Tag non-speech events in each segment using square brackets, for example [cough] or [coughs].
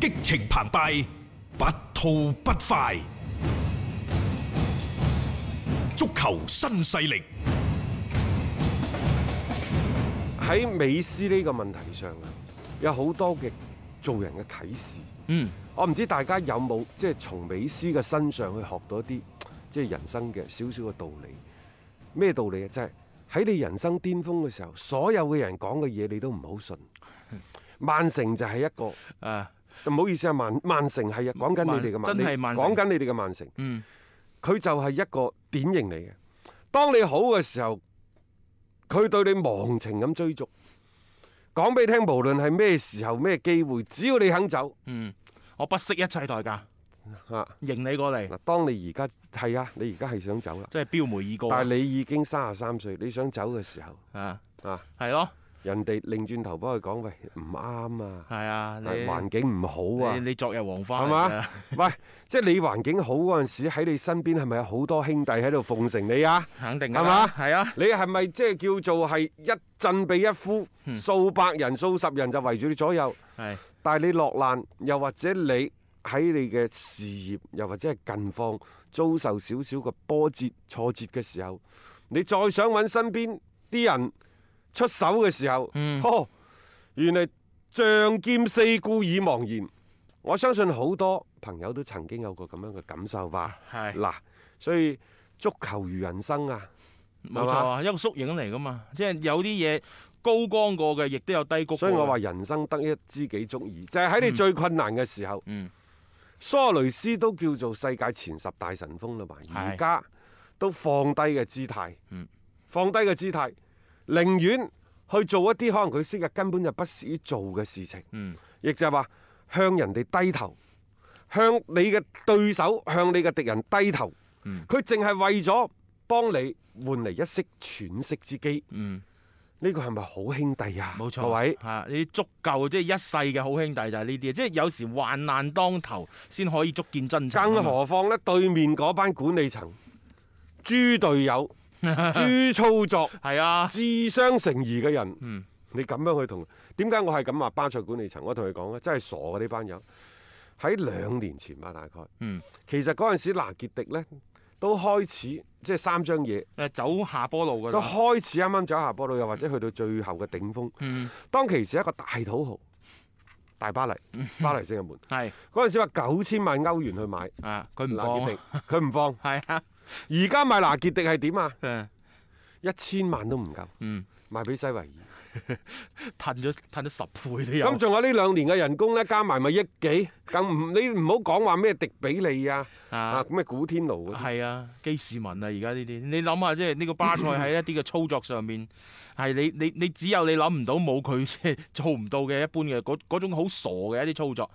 激情澎湃，不吐不快。足球新勢力，喺美斯呢個問題上啊，有好多嘅做人嘅啟示。嗯，我唔知大家有冇即係從美斯嘅身上去學到一啲即係人生嘅少少嘅道理。咩道理啊？就係、喺你人生巔峰嘅時候，所有嘅人講嘅嘢你都唔好 [laughs] 信。曼城就係一個，啊，唔好意思啊，曼曼城係啊講緊你哋嘅曼，真係曼城講緊你哋嘅曼城。嗯，佢就係一個典型嚟嘅。當你好嘅時候，佢對你忘情咁追逐，講俾你聽，無論係咩時候、咩機會，只要你肯走，嗯，我不惜一切代價嚇、嗯迎你過嚟，嗱，當你而家係啊，你而家係想走啦，即係標梅已告但係你已經三十三歲，你想走嘅時候啊，啊，係咯，人哋擰轉頭幫佢講，喂，唔啱啊，係啊，你係環境唔好啊你。你昨日黃花係嚟嘛㗎？喂，即係你環境好嗰陣時，喺你身邊係咪有好多兄弟喺度奉承你啊？肯定㗎係啦嘛？係啊，你係咪即係叫做係一振臂一呼，數百人、數十人就圍住你左右？嗯係但係你落難，又或者你喺你嘅事業，又或者係近況遭受少少嘅波折、挫折嘅時候，你再想揾身邊啲人出手嘅時候，嗯呵，原來仗劍四顧已茫然。我相信好多朋友都曾經有過咁樣嘅感受吧。係。嗱，所以足球如人生啊！冇錯啊，一個縮影嚟噶嘛，即係有啲嘢高光過嘅，亦都有低谷過嘅。所以我話人生得一知己足矣，就係、喺你最困難嘅時候，嗯蘇亞雷斯都叫做世界前十大神鋒啦嘛，係而家都放低嘅姿態，嗯放低嘅姿態，寧願去做一啲可能佢昔日根本就不屑於做嘅事情，嗯，亦就係話向人哋低頭，向你嘅對手、向你嘅敵人低頭，嗯佢淨係為咗幫你換嚟一息喘息之機，嗯，呢個係咪好兄弟啊？冇錯，各位。嚇你足夠即係一世嘅好兄弟就係呢啲，即係有時患難當頭先可以足見真情啊嘛。更何況呢，對面嗰班管理層豬隊 [laughs] 友、豬操作、係啊，智商成疑嘅人，嗯你咁樣去同點解我係咁話巴塞管理層？我同佢講咧，真係傻嘅呢班友。喺兩年前吧，大概嗯，其實嗰陣時拿傑迪呢，都開始即係三張嘢嗯誒走下坡路㗎都啦。開始啱啱走下坡路，又或者去到最後嘅頂峰。嗯，當其時一個大土豪，大巴黎，嗯巴黎聖日門係嗰陣時話九千萬歐元去買啊，佢唔拿傑放迪，佢唔放。係啊，而家買拿傑迪係點啊？誒一千萬都唔夠，嗯，賣俾西維爾。褪咗褪咗十倍都有。咁仲有呢兩年嘅人工呢，加埋咪億幾？更唔你唔好講話咩迪比利啊，啊啊。咩古天奴嗰啲。係啊，基士文啊，而家呢啲，你諗下，即係呢個巴塞喺一啲嘅操作上面，係你你你只有你諗唔到，冇佢即係做唔到嘅一般嘅嗰嗰種好傻嘅一啲操作，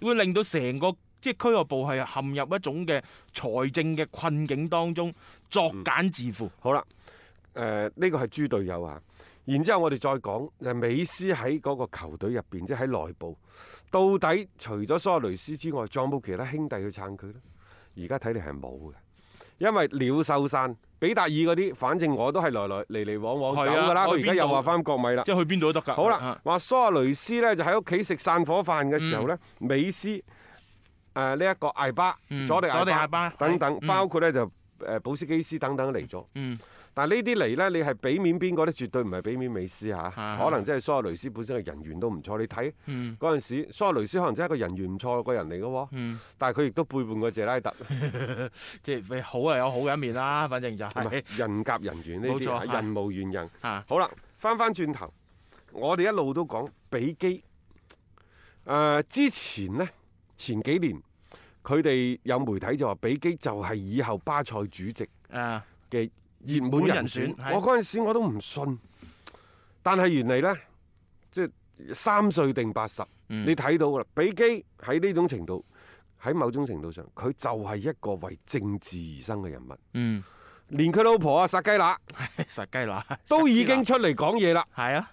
會令到成個即係俱樂部係陷入一種嘅財政嘅困境當中，作茧自負。好啦，誒呢個係豬隊友啊。然之後我哋再講誒美斯喺嗰個球隊入邊，即係喺內部，到底除咗蘇亞雷斯之外，仲有冇其他兄弟去撐佢呢？而家睇嚟係冇嘅，因為鳥獸散，比達爾嗰啲，反正我都係來來嚟嚟往往走係啊㗎啦。我佢去而家邊又度話翻國米啦。即係去邊度都得㗎。嗯好啦啊，， [laughs] 話蘇亞雷斯呢，就喺屋企食散伙飯嘅時候呢，美斯誒呢一個艾巴、嗯佐迪佐迪艾艾巴等等，嗯包括呢就誒保斯基斯等等嚟咗。嗯，但係呢啲嚟呢，你係俾面邊個呢？絕對唔係俾面美斯嚇，啊可能真係蘇亞雷斯本身嘅人緣都唔錯。你睇嗯嗰陣時，蘇亞雷斯可能真係一個人緣唔錯嘅人嚟嘅喎，嗯，但係佢亦都背叛過謝拉特，即係好係有好嘅一面啦，反正就係咪 [laughs] 係人夾人緣呢冇錯啲，係人無完人。 [laughs] 啊，好啦，翻翻轉頭，我哋一路都講比基。誒、呃之前呢，前幾年佢哋有媒體就話比基就係以後巴塞主席誒嘅熱門人選熱門人選。係我嗰陣時我都唔信，但係原嚟呢，即係三歲定八十，嗯你睇到噶啦。比基喺呢種程度，喺某種程度上，佢就係一個為政治而生嘅人物。嗯， [laughs] 連佢老婆啊，撒雞乸實雞乸都已經實雞出嚟講嘢啦。乸係啊，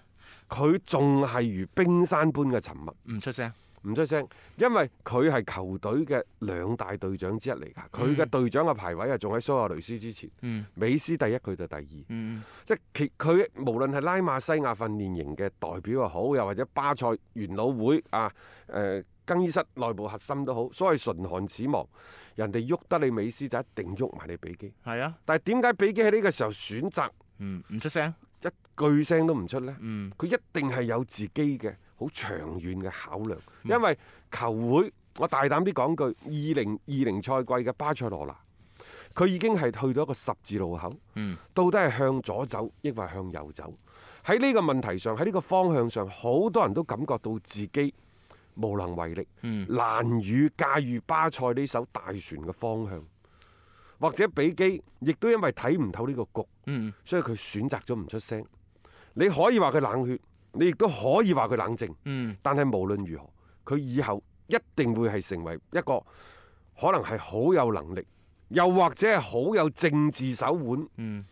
佢仲係如冰山般嘅沉默，唔出聲。唔唔出聲，因為佢係球隊嘅兩大隊長之一嚟㗎。佢嘅嗯隊長嘅排位啊，仲喺蘇亞雷斯之前，嗯美斯第一，佢就第二。嗯即係其佢無論係拉馬西亞訓練營嘅代表又好，又或者巴塞元老會啊誒、更衣室內部核心都好，所謂唇寒齒亡，人哋喐得你美斯就一定喐埋你比基。係啊，但係點解比基喺呢個時候選擇嗯唔出聲，一句聲都唔出呢？嗯佢一定係有自己嘅好長遠嘅考量，因為球會我大膽啲講句，二零二零賽季嘅巴塞羅那，佢已經係去到一個十字路口。嗯到底係向左走，抑或向右走？喺呢個問題上，喺呢個方向上，好多人都感覺到自己無能為力，嗯難以駕馭巴塞呢艘大船嘅方向。或者比基亦都因為睇唔透呢個局，嗯所以佢選擇咗唔出聲。你可以話佢冷血，你亦都可以話佢冷靜，嗯但係無論如何，佢以後一定會係成為一個可能係好有能力，又或者係好有政治手腕嗯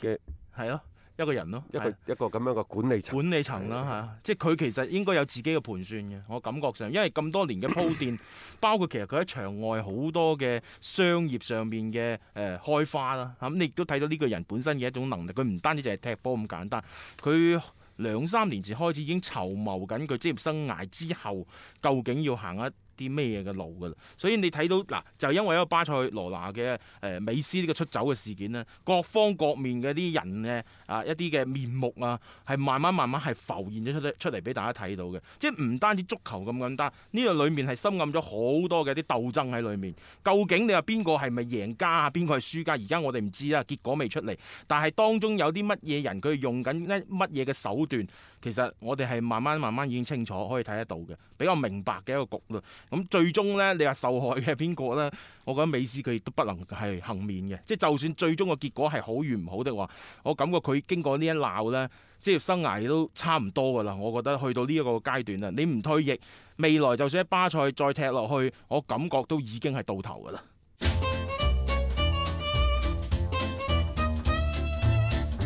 嘅係咯，一個人咯，一個係一個咁樣嘅管理層。管理層啦嚇，即係佢其實應該有自己嘅盤算嘅，我感覺上，因為咁多年嘅鋪 [coughs] 墊，包括其實佢喺場外好多嘅商業上面嘅誒、呃、開花啦，咁、你亦都睇到呢個人本身嘅一種能力，佢唔單止就係踢波咁簡單，佢。兩三年前開始已經籌謀緊佢職業生涯之後究竟要行一啲咩嘅路㗎啦，所以你睇到嗱，就因為一個巴塞羅那嘅誒美斯呢個出走嘅事件咧，各方各面嘅啲人嘅啊一啲嘅面目啊，係慢慢慢慢係浮現咗出嚟出嚟俾大家睇到嘅，即係唔單止足球咁簡單，呢個裡面係深暗咗好多嘅啲鬥爭喺裡面。究竟你話邊個係咪贏家啊？邊個係輸家？而家我哋唔知啦，結果未出嚟。但係當中有啲乜嘢人佢係用緊呢乜嘢嘅手段，其實我哋係慢慢慢慢已經清楚可以睇得到嘅，比較明白嘅一個局啦。咁最終呢，你話受害嘅係邊個呢？我覺得美斯佢亦都不能係幸免嘅，即係就算最終個結果係好與唔好的話，我感覺佢經過呢一鬧呢，職業生涯都差唔多㗎啦。我覺得去到呢一個階段啦，你唔退役，未來就算喺巴塞再踢落去，我感覺都已經係到頭㗎啦。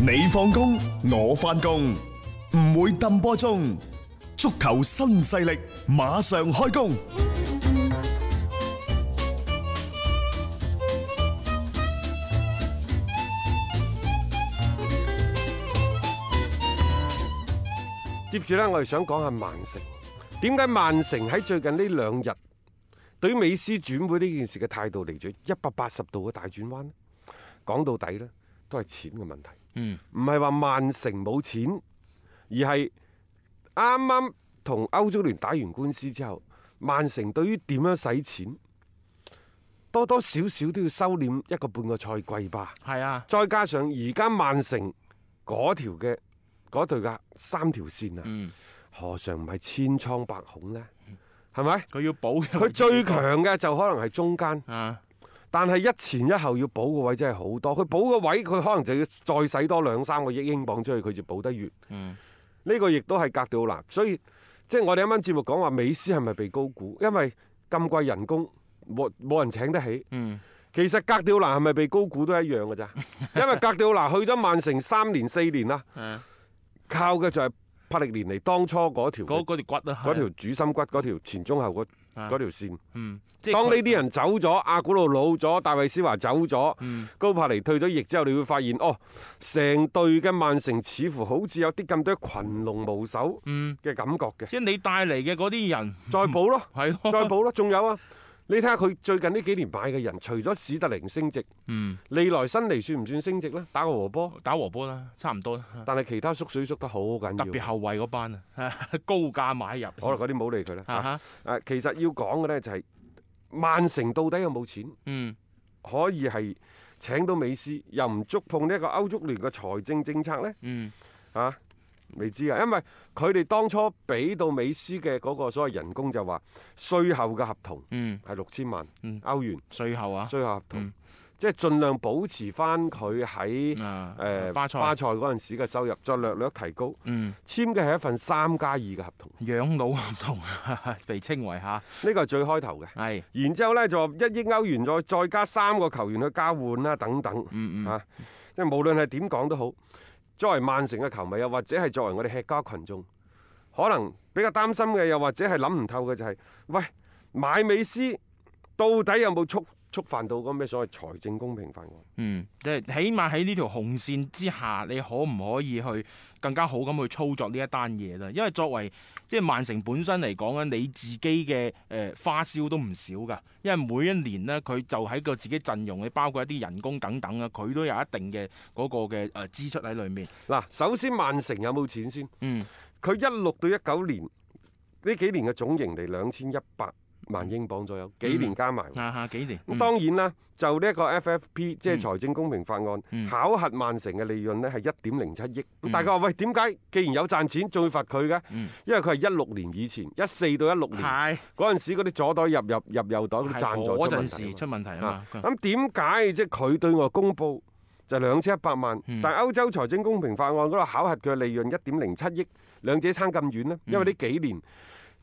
你放工，我翻工，唔會抌波鐘。足球新勢力馬上開工。接住呢，我哋想講下曼城。點解曼城喺最近呢兩日對於美斯轉會呢件事嘅態度嚟咗一百八十度嘅大轉彎呢？講到底呢，都係錢嘅問題。嗯，唔係話曼城冇錢，而係啱啱同歐足聯打完官司之後，曼城對於點樣使錢，多多少少都要收斂一個半個賽季吧。係啊，再加上而家曼城嗰條嘅嗰隊嘅三條線啊，嗯，何嘗唔係千瘡百孔呢？係咪？佢要補嘅佢最強嘅就可能係中間，啊，但係一前一後要補個位真係好多。佢補個位，佢可能就要再使多兩三個億英鎊出去，佢就補得完。嗯呢個亦都係格調難，所以即係我哋啱啱節目講話美斯係咪被高估？因為咁貴人工，冇冇人請得起。嗯，其實格調拿係咪被高估都一樣 [laughs] 嘅咋，因為格調拿去咗曼城三年四年啦，誒靠嘅就係帕力連尼當初嗰條嗰嗰嗰條骨啊，係啊條主心骨嗰條前中後嗰啊嗰條線。嗯，即係當呢佢啲人走咗，阿古路老咗，大衛斯華走咗，嗯高帕尼退咗役之後，你會發現哦，成隊嘅曼城似乎好似有啲咁多群龍無首嗯，嘅感覺 [laughs] 嘅，即係你帶嚟嘅嗰啲人再補 [laughs] 咯。係咯，再補啦，仲有啊！你睇下佢最近呢幾年買嘅人，除咗史特靈升值，嗯利來新嚟算唔算升值呢？打個和波，打和波啦，差唔多啦，但係其他縮水縮得好緊特別要。後衞嗰班啊， [laughs] 高價買入，好啦，嗰啲冇理佢啦。啊啊哈，其實要講嘅呢就係曼城到底有冇錢嗯可以係請到美斯，又唔觸碰呢一個歐足聯嘅財政政策呢？嗯啊，未知啊，因為佢哋當初俾到美斯嘅嗰個所謂人工就話税後嘅合同嗯，係六千萬嗯歐元。最後啊，追合同，嗯即係盡量保持翻佢喺啊誒巴塞，巴塞嗰陣時嘅收入，再略略提高。嗯。簽嘅係一份三加二嘅合同，養老合同 [laughs] 被稱為嚇，呢個係最開頭嘅。係然之後呢，就一億歐元再再加三個球員去交換啦，等等嚇、嗯嗯啊即係無論係點講都好，作為曼城嘅球迷，又或者係作為我哋吃家群眾，可能比較擔心嘅，又或者係諗唔透嘅就係、喂，買美斯到底有冇觸觸犯到嗰個咩所謂財政公平法案？嗯，即係起碼喺呢條紅線之下，你可唔可以去更加好咁去操作呢一單嘢啦？因為作為即係曼城本身嚟講咧，你自己嘅誒、呃花銷都唔少㗎，因為每一年呢，佢就喺個自己陣容，你包括一啲人工等等啊，佢都有一定嘅嗰個嘅誒支出喺裏面。嗱，首先曼城有冇錢先？嗯，佢一六到一九年呢幾年嘅總盈利兩千一百萬英鎊左右，幾年加埋。咁、下下幾年，嗯當然啦，就呢一個 FFP 即係嗯財政公平法案，嗯考核曼城嘅利潤呢係一點零七億。嗯咁大家話喂，點解既然有賺錢，仲要罰佢嘅？嗯因為佢係一六年以前，一四到一六年係嗰陣時嗰啲左袋入入入右袋嗰啲贊助嗰陣出問題時啊出問題啊嘛嘛。嚇咁點解即係佢對外公佈就兩千一百萬，嗯但係歐洲財政公平法案嗰度考核佢嘅利潤一點零七億，兩者差咁遠呢？因為呢幾年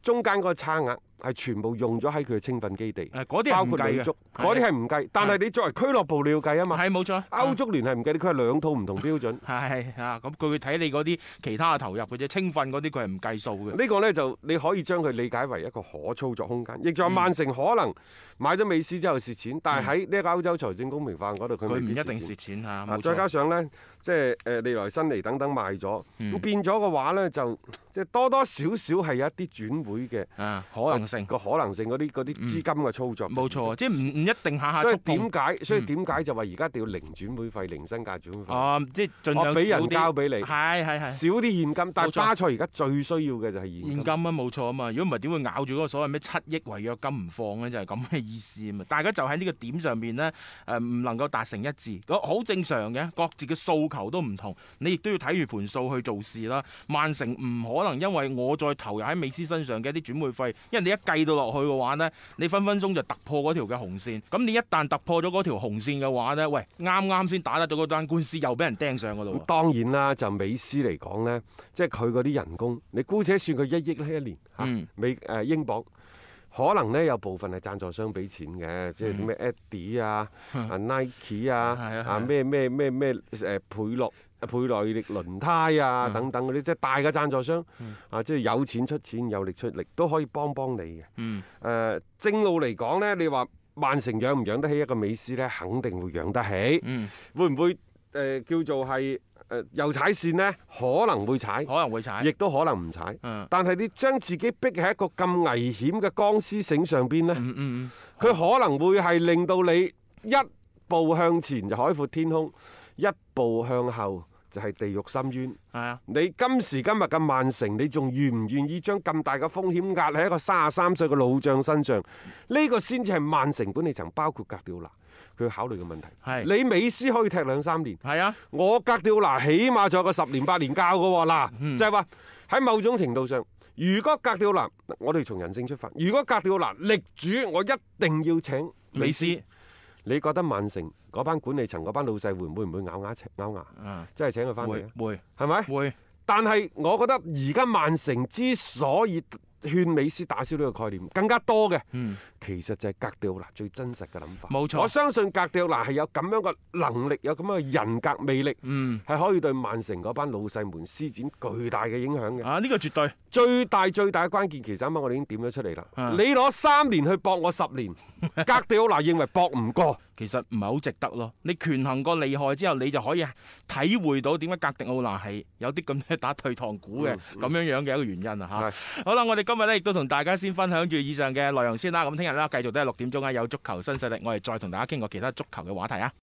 中間嗰個差額係全部用咗喺佢嘅青訓基地，誒呃嗰啲係包唔括計女足嘅，，嗰啲係唔計。但係你作為俱樂部你要計啊嘛，係冇錯。嗯歐足聯係唔計，佢係兩套唔同標準。係啊，咁佢會睇你嗰啲其他嘅投入嘅啫，青訓嗰啲佢係唔計數嘅。呢個呢，就你可以將佢理解為一個可操作空間，亦就係嗯曼城可能買咗美斯之後蝕錢，但係喺呢一個歐洲財政公平法案嗰度佢佢未唔必一定蝕錢蝕錢嚇，啊冇再加錯。上呢，即係誒利來新嚟等等賣咗，咁、嗯變咗嘅話呢，就即係多多少少係有一啲轉會嘅啊，可能性嗯個可能性，嗰啲嗰啲資金嘅操作。冇錯，即係唔唔一定下下所以觸碰嗯點解？所以點解就話而家一定要零轉會費、零身價轉會費？啊，即係盡量我俾少人啲交俾你，少係係係啲現金。但冇係錯巴塞而家最需要嘅就係現現金啊，冇錯啊嘛。如果唔係點會咬住嗰個所謂咩七億違約金唔放咧？就係咁嘅意思啊嘛。大家就喺呢個點上面咧，誒、唔能夠達成一致，咁好正常嘅。各自嘅訴求都唔同，你亦都要睇住盤數去做事啦。曼城唔可能因為我再投入喺美斯身上嘅一啲轉會費，因為你一計到落去嘅話呢，你分分鐘就突破嗰條嘅紅線。咁你一旦突破咗嗰條紅線嘅話呢，喂，啱啱先打得咗嗰單官司，又俾人釘上嗰度咁。當然啦，就美斯嚟講呢，即係佢嗰啲人工，你姑且算佢一億呢一年嚇、嗯美誒、呃英鎊。可能呢，有部分係贊助商俾錢嘅，即係啲咩 Adi [laughs] 啊、啊 Nike 啊、嗯係啊係啊啊咩咩咩咩誒佩洛、佩內力輪胎啊嗯等等嗰啲，即係大嘅贊助商啊，即係有錢出錢，有力出力，都可以幫幫你嘅。嗯誒、正路嚟講呢，你話曼城養唔養得起一個美斯呢？肯定會養得起。嗯，會唔會誒、呃叫做係誒、呃又踩線呢？可能會踩可，能啊會踩亦。都可能唔踩。嗯但係你將自己逼喺一個咁危險嘅鋼絲繩上邊呢，嗯嗯佢可能會係令到你一步向前就海闊天空，一步向後就係地獄深淵。嗯，係啊。你今時今日嘅曼城，你仲願唔願意將咁大嘅風險壓喺一個三十三歲嘅老將身上？呢、個先至係曼城管理層包括格調拿佢考慮嘅問題。係你美斯可以踢兩三年，係啊，我格調拿起碼仲有個十年八年教嘅喎。嗱，嗯就係話喺某種程度上，如果格調拿，我哋從人性出發，如果格調拿力主，我一定要請美斯，你覺得曼城嗰班管理層嗰班老細會唔會唔會咬牙咬牙，嗯，真係請佢翻嚟會啊？會係咪？會，但係我覺得而家曼城之所以勸美斯打消呢個概念，更加多嘅嗯，其實就係格調拿最真實嘅諗法。冇錯我相信格調拿係有咁樣嘅能力，有咁樣嘅人格魅力。嗯，係可以對曼城嗰班老細們施展巨大嘅影響嘅，啊，呢個絕對最大最大嘅關鍵其實啱啱我哋已經點咗出嚟啦。嗯你攞三年去搏我十 [laughs] 年，格迪奧拿認為搏唔過，其實唔係好值得咯。你權衡過利害之後，你就可以體會到點解格迪奧拿係有啲咁嘅打退堂鼓嗯嘅咁樣樣嘅一個原因啊嚇。好啦，我哋今日咧亦都同大家先分享住以上嘅內容先啦。咁聽日啦，繼續都係六點鐘啊，有足球新勢力，我哋再同大家傾過其他足球嘅話題啊。